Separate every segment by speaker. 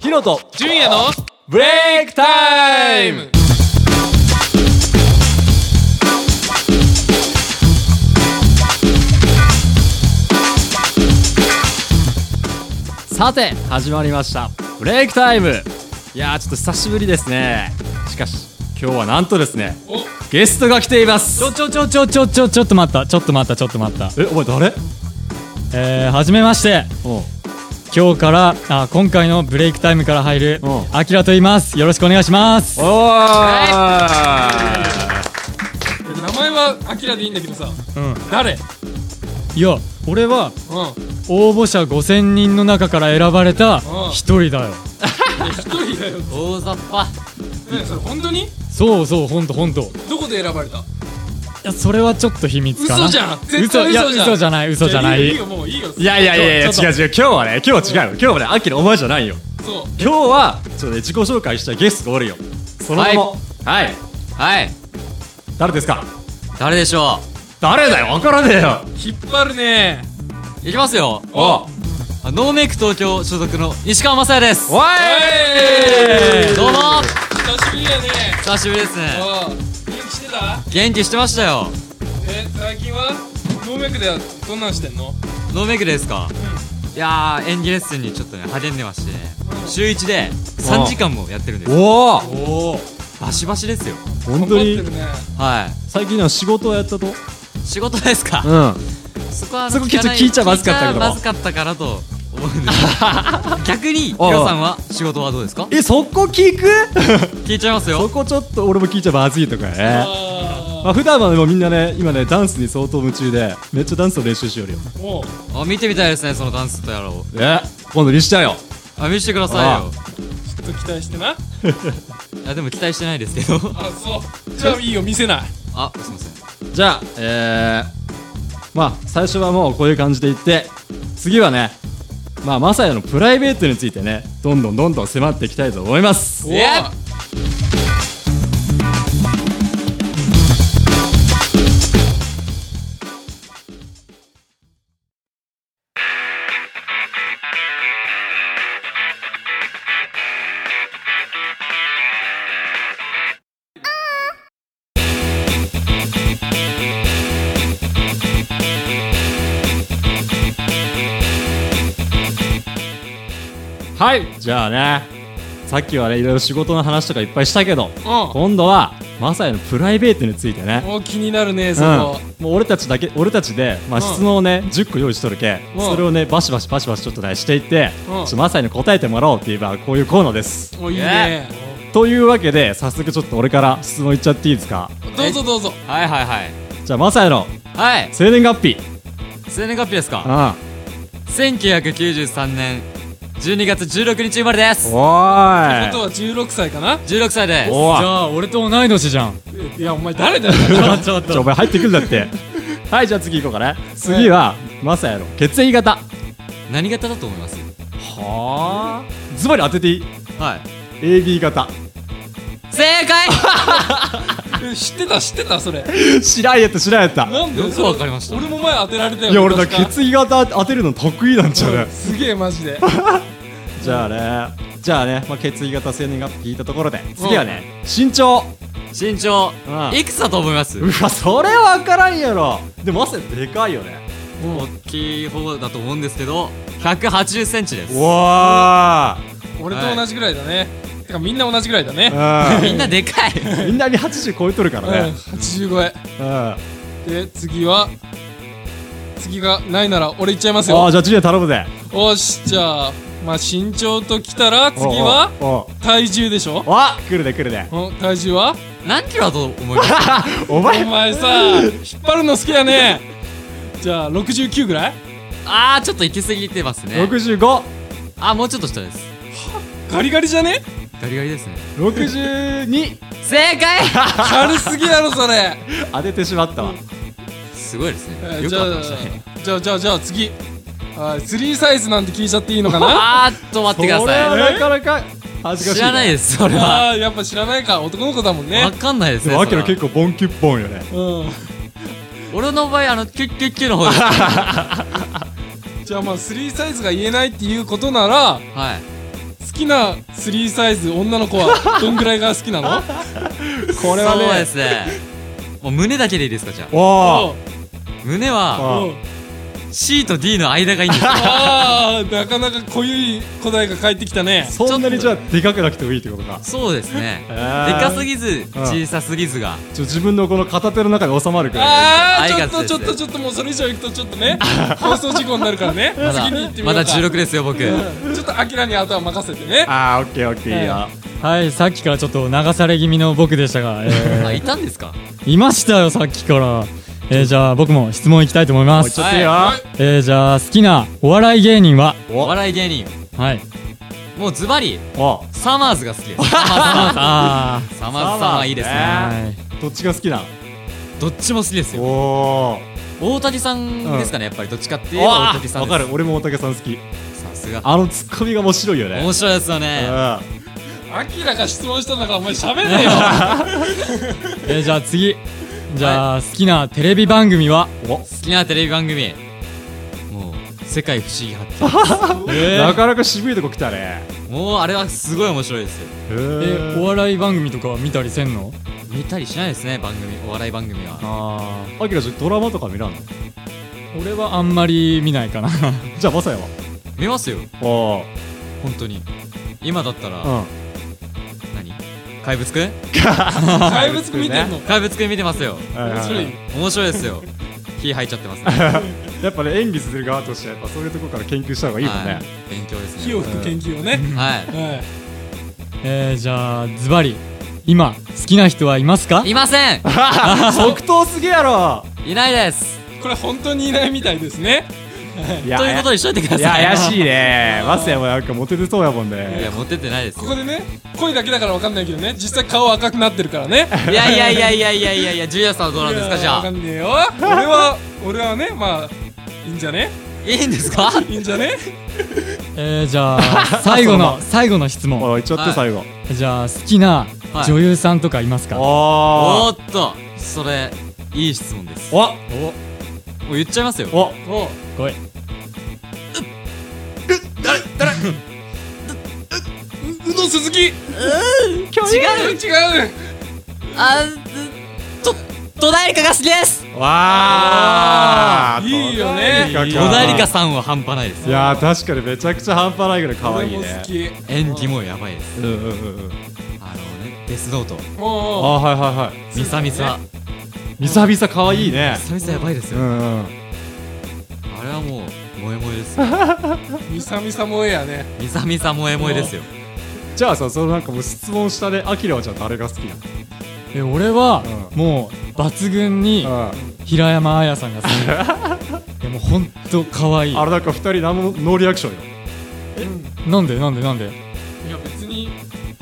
Speaker 1: ヒロと
Speaker 2: 純也の
Speaker 1: ブレイクタイムさて始まりましたブレイクタイムいやーちょっと久しぶりですねしかし今日はなんとですねゲストが来ています
Speaker 3: ちょちょちょちょちょちょちょっと待ったちょっと待ったちょっと待った
Speaker 1: えお前誰
Speaker 3: えー、はじめまして
Speaker 1: おう
Speaker 3: 今日からあ今回のブレイクタイムから入る
Speaker 1: うん
Speaker 3: あきらと言いますよろしくお願いします
Speaker 1: おー、
Speaker 2: 名前はアキラでいいんだけどさ
Speaker 3: うん
Speaker 2: 誰うん
Speaker 3: いや俺は応募者5000人の中から選ばれ
Speaker 2: う
Speaker 3: た
Speaker 2: ん
Speaker 3: 一人だよ
Speaker 2: 一人だよ
Speaker 1: 大雑把
Speaker 2: ねそれ本当に
Speaker 3: そうそうほんとほんとい
Speaker 2: どこで選ばれた
Speaker 3: やそれはちょっと秘密かな
Speaker 2: 嘘じゃん絶対
Speaker 3: いや
Speaker 2: 嘘じゃん
Speaker 3: 嘘じゃない嘘じゃな
Speaker 2: や
Speaker 3: い
Speaker 2: いい
Speaker 3: い
Speaker 2: よもういいよ
Speaker 1: いやいやいやいや
Speaker 3: ちょ
Speaker 1: 違う違う今日はね今日は違うよ今日はねアキラお前じゃないよ
Speaker 2: そう
Speaker 1: 今日はちょっとね自己紹介したいゲストがおるよその名も、
Speaker 4: はいはい
Speaker 1: 誰ですか
Speaker 4: 誰でしょ
Speaker 1: 誰だよ分からねえよ
Speaker 2: 引っ張るね
Speaker 4: ういきますよ
Speaker 1: お
Speaker 4: あノーメイク東京所属の石川雅也です
Speaker 1: おい
Speaker 4: どうも
Speaker 2: 久しぶりやね
Speaker 4: 久しぶりですね
Speaker 2: ああ元気してた
Speaker 4: 元気してましたよ
Speaker 2: え最近は動脈ではどんなんしてんの
Speaker 4: ノーメイクですかいやー演技レッスンにちょっとね励んでましてね週1で3時間もやってるんです
Speaker 1: おお
Speaker 3: おお
Speaker 4: バシバシですよ
Speaker 1: 本当
Speaker 2: 頑張ってる
Speaker 1: に
Speaker 2: ね
Speaker 4: は
Speaker 1: 最近の仕事をやったとうん
Speaker 4: い仕事ですか
Speaker 1: あ
Speaker 4: そこはあの
Speaker 1: そこきっと
Speaker 4: ない
Speaker 1: 聞いちゃまずかったけど
Speaker 4: 聞いちゃまずかったからと思うんですけど 逆にヒロさんは仕事はどうですか
Speaker 1: えそこ聞く
Speaker 4: 聞いちゃいます
Speaker 1: そ
Speaker 4: よ
Speaker 1: こちょっと俺も聞いちゃまずいとかね
Speaker 2: あ
Speaker 1: まあ普段はでもみんなね今ねダンスに相当夢中でめっちゃダンスの練習しよるよ
Speaker 2: あもう
Speaker 4: あ見てみたいですねそのダンスとやらを
Speaker 1: え今度にしちゃうよ
Speaker 4: あ見せてくださいよ
Speaker 2: ちょっと期待してない
Speaker 4: やでも期待してないですけど
Speaker 2: あそうじゃあいいよ見せない
Speaker 4: あすいません
Speaker 1: じゃあえー、まあ最初はもうこういう感じでいって次はねまあマサヤのプライベートについてねどんどんどんどん迫っていきたいと思います
Speaker 2: おー
Speaker 1: はいじゃあねさっきはねいろいろ仕事の話とかいっぱいしたけど
Speaker 2: う
Speaker 1: 今度はマサヤのプライベートについてね
Speaker 2: んもう気になるねそ
Speaker 1: うん、
Speaker 2: こ
Speaker 1: もう俺たちだけ俺たちで、まあ、
Speaker 2: うん
Speaker 1: 質問をね、10個用意しとるけ、
Speaker 2: うん
Speaker 1: それをねバシバシバシバシちょっとねしていって、
Speaker 2: うん
Speaker 1: ちょっとマサイに答えてもらおうっていうまあこういうコーナーです
Speaker 2: もういいね
Speaker 1: というわけで早速ちょっと俺から質問いっちゃっていいですか
Speaker 2: どうぞどうぞ
Speaker 4: はいはいはい
Speaker 1: じゃあマサイの
Speaker 4: はい
Speaker 1: 生年月日
Speaker 4: 生年月日ですか
Speaker 1: あ
Speaker 4: 1993年12月16日生まれです
Speaker 1: あ
Speaker 2: 元
Speaker 1: おーい
Speaker 2: は16歳かな
Speaker 4: 16歳です
Speaker 1: お
Speaker 3: じ
Speaker 1: わ
Speaker 3: ゃあ俺と同い年じゃん
Speaker 2: えいやお前誰だよ
Speaker 3: ちょちょっ
Speaker 1: ちょお
Speaker 3: と
Speaker 1: 前入ってくんだって はいじゃあ次行こうかね次はマサイの血液型
Speaker 4: 何型だと思います
Speaker 1: はあズバリ当てていい
Speaker 4: はい
Speaker 1: AB 型
Speaker 4: 正 解
Speaker 2: え知ってた知ってたそれ
Speaker 1: 知らんやった知らんやった
Speaker 2: なんで
Speaker 4: よくわかりました
Speaker 2: 俺も前当てられたよ
Speaker 1: いや俺だ
Speaker 2: 昔か
Speaker 1: 血液型当てるの得意なんちゃうね
Speaker 2: うんすげえマジで
Speaker 1: じゃあね、じゃあね、まあ、血液型生年月日聞いたところで、次はね、身長。
Speaker 4: 身長
Speaker 1: うん
Speaker 4: いくつだと思います
Speaker 1: うわ、それは分からんやろ。でも、汗でかいよね。
Speaker 4: 大きい方だと思うんですけど180センチです
Speaker 1: わ
Speaker 2: 俺と同じぐらいだねてかみんな同じぐらいだね
Speaker 1: ー。
Speaker 4: みんなでかい
Speaker 1: うんみんなに80超えとるか
Speaker 2: う
Speaker 1: ら
Speaker 2: ん
Speaker 1: ね。
Speaker 2: 85へ
Speaker 1: うん。あ
Speaker 2: で次は次がないなら俺いっちゃいます
Speaker 1: あ、
Speaker 2: よ
Speaker 1: じゃあ、次は頼むぜ。
Speaker 2: おしじゃあまあ身長ときたら次は
Speaker 1: おうおう
Speaker 2: 体重でしょ
Speaker 1: おうあ来るね、来るね。
Speaker 2: うん体重は
Speaker 4: 何キロだと思います
Speaker 1: お
Speaker 2: お
Speaker 1: 前、
Speaker 2: 前さ引っ張るの好きやねじゃあ69ぐらい
Speaker 4: あーちょっと行き過ぎてますね
Speaker 1: 65。
Speaker 4: あもうちょっと下です
Speaker 2: ガリガリじゃね
Speaker 4: ガリガリですね
Speaker 1: 62。
Speaker 4: 正解
Speaker 2: 軽すぎやろそれ
Speaker 1: 当ててしまったわ。
Speaker 4: すごいです
Speaker 2: え
Speaker 4: ね
Speaker 2: ー
Speaker 4: よく
Speaker 2: じゃ
Speaker 4: わかり
Speaker 2: あ
Speaker 4: ましたね
Speaker 2: じゃあじゃあじゃあ次あスリーサイズなんて聞いちゃっていいのかな
Speaker 4: あーっと待ってくだ
Speaker 1: これは
Speaker 4: さ
Speaker 1: なかなか恥ずかしい、。
Speaker 4: い知らないですすそれは
Speaker 2: あーやっぱ知らないか男の子だもんね
Speaker 4: わかんないです
Speaker 1: で
Speaker 4: ね
Speaker 1: も、ア
Speaker 4: そ
Speaker 1: キラ
Speaker 4: れは
Speaker 1: 結構ボンキュッボンよね。
Speaker 2: う
Speaker 4: 俺の場合あのキュッキュッキュの方ですは
Speaker 2: んじゃあまあスリーサイズが言えないっていうことなら
Speaker 4: い
Speaker 2: 好きな3サイズ女の子はどんぐらいが好きなの これはね
Speaker 4: そうですねもう胸だけでいいですかじゃあ
Speaker 1: お
Speaker 2: おう
Speaker 4: 胸は
Speaker 2: おう
Speaker 4: C と D の間がいいんですよ
Speaker 2: あーなかなか濃ゆい答えが返ってきたね
Speaker 1: おそんなにじゃあでかくなくてもいいってことか
Speaker 4: そうですね
Speaker 1: で
Speaker 4: でかす
Speaker 1: ぎ
Speaker 4: ぎず小さすぎずが
Speaker 1: ちょ自分のこの片手の中に収まるくらい
Speaker 2: あ
Speaker 4: あ
Speaker 2: ー
Speaker 4: り
Speaker 2: ちょ
Speaker 4: が
Speaker 2: っ
Speaker 4: とうご
Speaker 2: とち
Speaker 4: ざ
Speaker 2: ょ
Speaker 4: い
Speaker 2: っ
Speaker 4: ます
Speaker 2: とちょっともうそれ以上行くとちょっと ね放送事故になるからね
Speaker 4: まだ
Speaker 2: 次に行ってみよ
Speaker 4: ま
Speaker 2: うか
Speaker 4: だ16ですよ僕
Speaker 2: うんちょっとアキラにあとは任せてね
Speaker 1: あーオッケーオッケーいいよ
Speaker 3: はいさっきからちょっと流され気味の僕でしたが、えー
Speaker 4: あいたんですか
Speaker 3: いましたよさっきから、えー、じゃあ僕も質問いきたいと思い
Speaker 1: も
Speaker 3: ま
Speaker 1: う
Speaker 3: す
Speaker 1: ちょっといいよ
Speaker 2: はい
Speaker 3: えー、じゃあ好きなお笑い芸人は
Speaker 4: お笑い芸人
Speaker 3: はい
Speaker 4: もうズバリ
Speaker 1: お
Speaker 4: サマーズが好きですサマー
Speaker 3: あ
Speaker 4: ズサマーズサマーいいです
Speaker 1: サマ
Speaker 4: ね
Speaker 1: ー
Speaker 3: あ
Speaker 1: あ
Speaker 3: はい
Speaker 1: どっちが好きな
Speaker 4: どっちも好きです
Speaker 1: の
Speaker 4: よ
Speaker 1: おー
Speaker 4: 大竹さんですかねやっぱりどっちかっていうと大
Speaker 1: わ
Speaker 4: 竹さん
Speaker 1: かる
Speaker 4: で
Speaker 1: 俺も大竹さん好き
Speaker 4: すさすが
Speaker 1: あのツッコミが面白いよね
Speaker 4: 面白いですよね
Speaker 1: う
Speaker 2: アキラが質問したんだからお前喋んねえ よ
Speaker 3: えー、じゃあ次じゃあ、好きなテレビ番組は
Speaker 1: んお
Speaker 4: 好きなテレビ番組もう世界不思議発
Speaker 3: え
Speaker 1: なかなか渋いとこ来たね
Speaker 4: 見もうあれはすごい面白いですよ
Speaker 1: へ
Speaker 3: えー
Speaker 1: ー
Speaker 3: お笑い番組とか見たりせんの
Speaker 4: 見たりしないですね番組お笑い番組は
Speaker 3: あ
Speaker 1: あきらちゃんドラマとか見らんの
Speaker 3: あ俺はあんまり見ないか な
Speaker 1: じゃあまさやは
Speaker 4: 見ますよ
Speaker 1: お
Speaker 4: 本当に今だったら、
Speaker 1: ー
Speaker 4: 何怪物くん
Speaker 2: 怪物見てんの
Speaker 4: 怪物くん見てますよ
Speaker 1: うんはい
Speaker 2: 面
Speaker 1: はい
Speaker 2: 白
Speaker 1: はいい
Speaker 4: 面白いですよ火入っちゃってますね
Speaker 1: やっぱね演技する側としてやっぱそういうとこから研究した 方がいいもん
Speaker 4: は
Speaker 1: ね
Speaker 4: い勉強です
Speaker 2: 火
Speaker 4: ね
Speaker 2: を吹く研究をね
Speaker 4: は
Speaker 2: はい
Speaker 3: えー、じゃあズバリ今好きな人はいますか
Speaker 4: いいませ ん
Speaker 1: 即答すげえや ろ
Speaker 4: いないです
Speaker 2: これ本当にいないみたいですね
Speaker 1: いや
Speaker 4: ということにしといてくだ
Speaker 1: いや
Speaker 4: さい
Speaker 1: 怪しい ねまさやもなんかモテてそうやもん
Speaker 4: いや
Speaker 1: ね
Speaker 4: 持ってってないです
Speaker 2: ここでね声だけだから分かんないけどね実際顔赤くなってるからね
Speaker 4: いやいやいやいやいやいやいやジュニアさんはどうなんですかじゃ
Speaker 2: いや
Speaker 4: あ
Speaker 2: わかんねえよ俺は俺はねまあいいんじゃね
Speaker 4: いいんですか
Speaker 2: いいんじゃね
Speaker 3: えー、じ ゃあ最後の最後の質問
Speaker 1: おいっちゃっ
Speaker 4: は
Speaker 1: て
Speaker 4: い
Speaker 1: 最後
Speaker 3: じゃあ好きな
Speaker 4: はい
Speaker 3: 女優さんとかいますか、
Speaker 1: お
Speaker 4: お
Speaker 1: ー
Speaker 4: ーっとそれいい質問ですも
Speaker 1: お
Speaker 4: う言っちゃいますよ
Speaker 1: お
Speaker 2: おう
Speaker 3: 来い
Speaker 2: 宇野鈴木違う違う
Speaker 4: あと戸田恵梨香が好きです
Speaker 1: わー
Speaker 2: いいよね
Speaker 1: いいか
Speaker 4: 戸田恵梨香さんは半端ないです
Speaker 1: いやー確かにめちゃくちゃ半端ないぐらい可愛い
Speaker 2: 俺も
Speaker 1: ね
Speaker 2: 好き
Speaker 4: 演技もやばいです
Speaker 1: うんうんうんうん
Speaker 4: あのねデスノート
Speaker 1: あ
Speaker 2: もう
Speaker 1: ーはいはいはい
Speaker 4: ミサミサ
Speaker 1: みさびさ可愛いね
Speaker 4: ミサミサやばいです
Speaker 1: う
Speaker 4: よ
Speaker 1: んうん
Speaker 4: あれはもう萌え萌えですよ
Speaker 2: みさみさもえやね
Speaker 4: ミサミサ萌え萌えですよ
Speaker 1: じゃあさそのなんかもう質問したねアキラはじゃあ誰が好きな
Speaker 3: え俺は、
Speaker 1: う
Speaker 3: もう抜群に
Speaker 1: の
Speaker 3: 平山綾さんが 好きいやもうほんと可愛い
Speaker 1: あれなんか二人何もノーリアクションよ
Speaker 3: なんでなんでなんで
Speaker 2: いや別に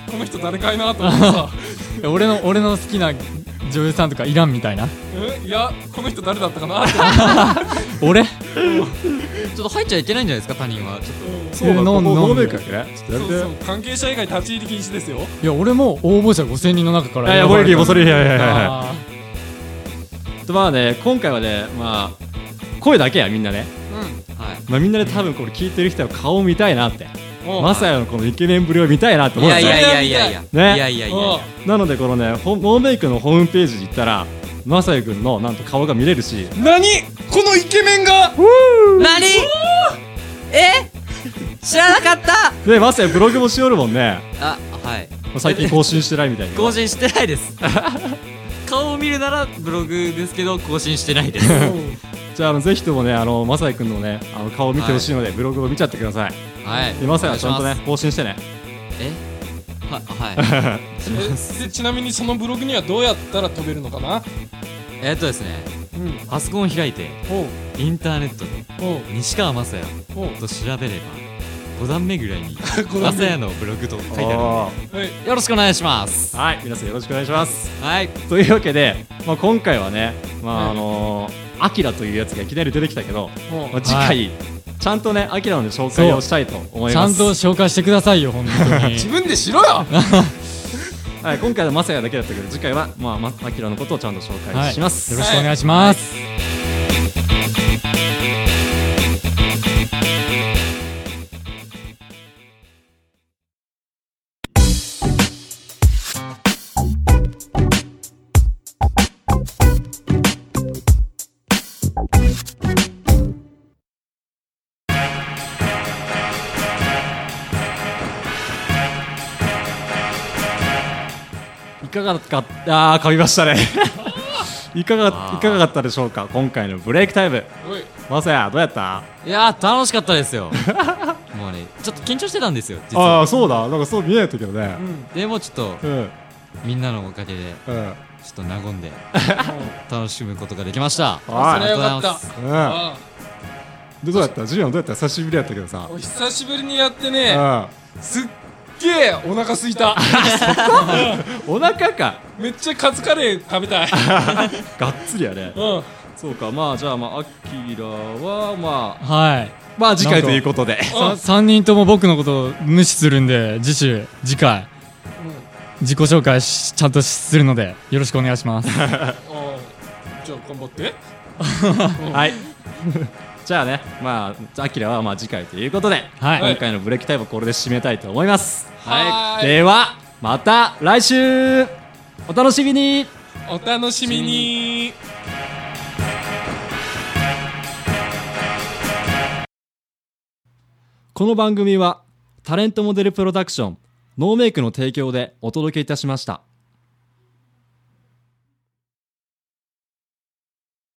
Speaker 2: この人誰かいなと思ってさ
Speaker 3: え俺の俺の好きな女優さんとかいらんみたいな
Speaker 2: えいやこの人誰だったかなって思って
Speaker 3: 俺
Speaker 4: ちょっと入っちゃいけないんじゃないですか他人はちょっ
Speaker 1: そうだ
Speaker 3: え
Speaker 1: ここ
Speaker 3: なん
Speaker 1: ノ
Speaker 3: な
Speaker 1: ー
Speaker 3: ん
Speaker 1: メイ
Speaker 3: で
Speaker 1: クだっけねちょっ
Speaker 2: そう
Speaker 1: とや
Speaker 2: そ
Speaker 1: め
Speaker 2: う関係者以外立ち入り禁止ですよ
Speaker 3: いや俺も応募者5000人の中から
Speaker 1: ていや
Speaker 3: 選
Speaker 1: ボ
Speaker 3: ば
Speaker 1: リリ
Speaker 3: れ
Speaker 1: ー
Speaker 3: た
Speaker 1: ボソリーいやいやいやいや
Speaker 3: あ
Speaker 1: とまあね今回はねまあ声だけやみんなね、
Speaker 4: とはい
Speaker 1: まあ、みんなで多分これ聞いてる人は顔を見たいなって
Speaker 2: おう
Speaker 1: まさやのこのイケメンぶりを見たいなって
Speaker 4: い
Speaker 1: 思うん
Speaker 4: や
Speaker 1: で
Speaker 4: い
Speaker 1: すよ
Speaker 4: やいやいやいやい
Speaker 1: ね
Speaker 4: やいやいやいや
Speaker 1: なのでこのねほんノーメイクのホームページに行ったらまさやくんのなんと顔が見れるし
Speaker 2: 何このイケメンが
Speaker 4: 何え知らなかった
Speaker 1: でまさやブログもしよるもんね
Speaker 4: あはい
Speaker 1: 最近更新してないみ たいな
Speaker 4: 更新してないです 顔を見るならブログですけど更新してない です
Speaker 1: じゃああのぜひともねあのまさやくんのねあの顔を見てほしいので、ブログを見ちゃってください
Speaker 4: はい
Speaker 1: でまさやはちゃんと
Speaker 4: お願い
Speaker 1: ね
Speaker 4: し
Speaker 1: 更新してね
Speaker 4: ますえははい
Speaker 2: えでちなみにそのブログにはどうやったら飛べるのかな
Speaker 4: えっとですね
Speaker 2: うん
Speaker 4: パソコンを開いて
Speaker 2: おう
Speaker 4: インターネットで
Speaker 2: おう
Speaker 4: 西川雅也
Speaker 2: おう
Speaker 4: と調べれば5段目ぐらいに
Speaker 2: 五
Speaker 4: 雅
Speaker 2: 段目
Speaker 4: 也のブログと書いてあ
Speaker 1: は
Speaker 2: はい
Speaker 4: るよろしくお願いします
Speaker 1: い皆さんよろしくお願いします
Speaker 4: はい
Speaker 1: というわけで、まあ、今回はね、まあ
Speaker 2: はい
Speaker 1: あのーアキラというやつがいきなり出てきたけど、
Speaker 2: おう
Speaker 1: まあ、次回、
Speaker 3: は
Speaker 1: ちゃんとねアキラので紹介をしたいと思
Speaker 3: ー
Speaker 1: い
Speaker 3: ちゃ
Speaker 1: ま
Speaker 3: ん
Speaker 1: す
Speaker 3: と紹介してくださいよ本当 に
Speaker 2: 自分でしろよ
Speaker 1: はい、今回はマサヤだけだったけど次回は、まあ、まアキラのことをちゃんと紹
Speaker 3: は
Speaker 1: 介
Speaker 3: い、
Speaker 1: し
Speaker 3: よろ
Speaker 1: ま
Speaker 3: し
Speaker 1: す、
Speaker 3: くお願いします、
Speaker 1: かがだったあー噛みましたね いかがいかがだったでしょうか今回のブレイクタイム
Speaker 2: おい
Speaker 1: まさやどうやった
Speaker 4: いやー楽しかったですよもうねちょっと緊張してたんですよ実は
Speaker 1: ああそうだなんかそう見えたけどね
Speaker 4: でもちょっと
Speaker 1: うんうん
Speaker 4: みんなのおかげで
Speaker 1: うん
Speaker 4: ちょっと和んで楽しむことができました
Speaker 1: は
Speaker 2: そ
Speaker 4: あり
Speaker 2: れはよかっ
Speaker 4: がとうございます
Speaker 2: た
Speaker 1: うん
Speaker 2: あ
Speaker 1: でどうやったジュリアンどうやった久しぶりやったけどさ
Speaker 2: あお久しぶりにやって
Speaker 1: う
Speaker 2: ね
Speaker 1: ん
Speaker 2: すっげえお腹すいた
Speaker 1: お腹か
Speaker 2: めっちゃカツカレー食べたい
Speaker 1: がっつりやね
Speaker 2: うん
Speaker 1: そうかまあじゃあまあアキラはまあ
Speaker 3: はい
Speaker 1: まあ次回ということで
Speaker 2: うん
Speaker 3: 3人とも僕のことを無視するんで次週次回自己紹介しちゃんとするのでよろしくお願いします
Speaker 2: おうじゃあ頑張って
Speaker 1: はい。じゃあね、まあ、アキラはまあ次回ということで、
Speaker 3: はい
Speaker 1: 今回のブレーキタイムはこれで締めたいと思います。
Speaker 2: はーい
Speaker 1: では、また来週お楽しみに
Speaker 2: お楽しみに
Speaker 1: この番組は、タレントモデルプロダクション、ノーメイクの提供でお届けいたしました。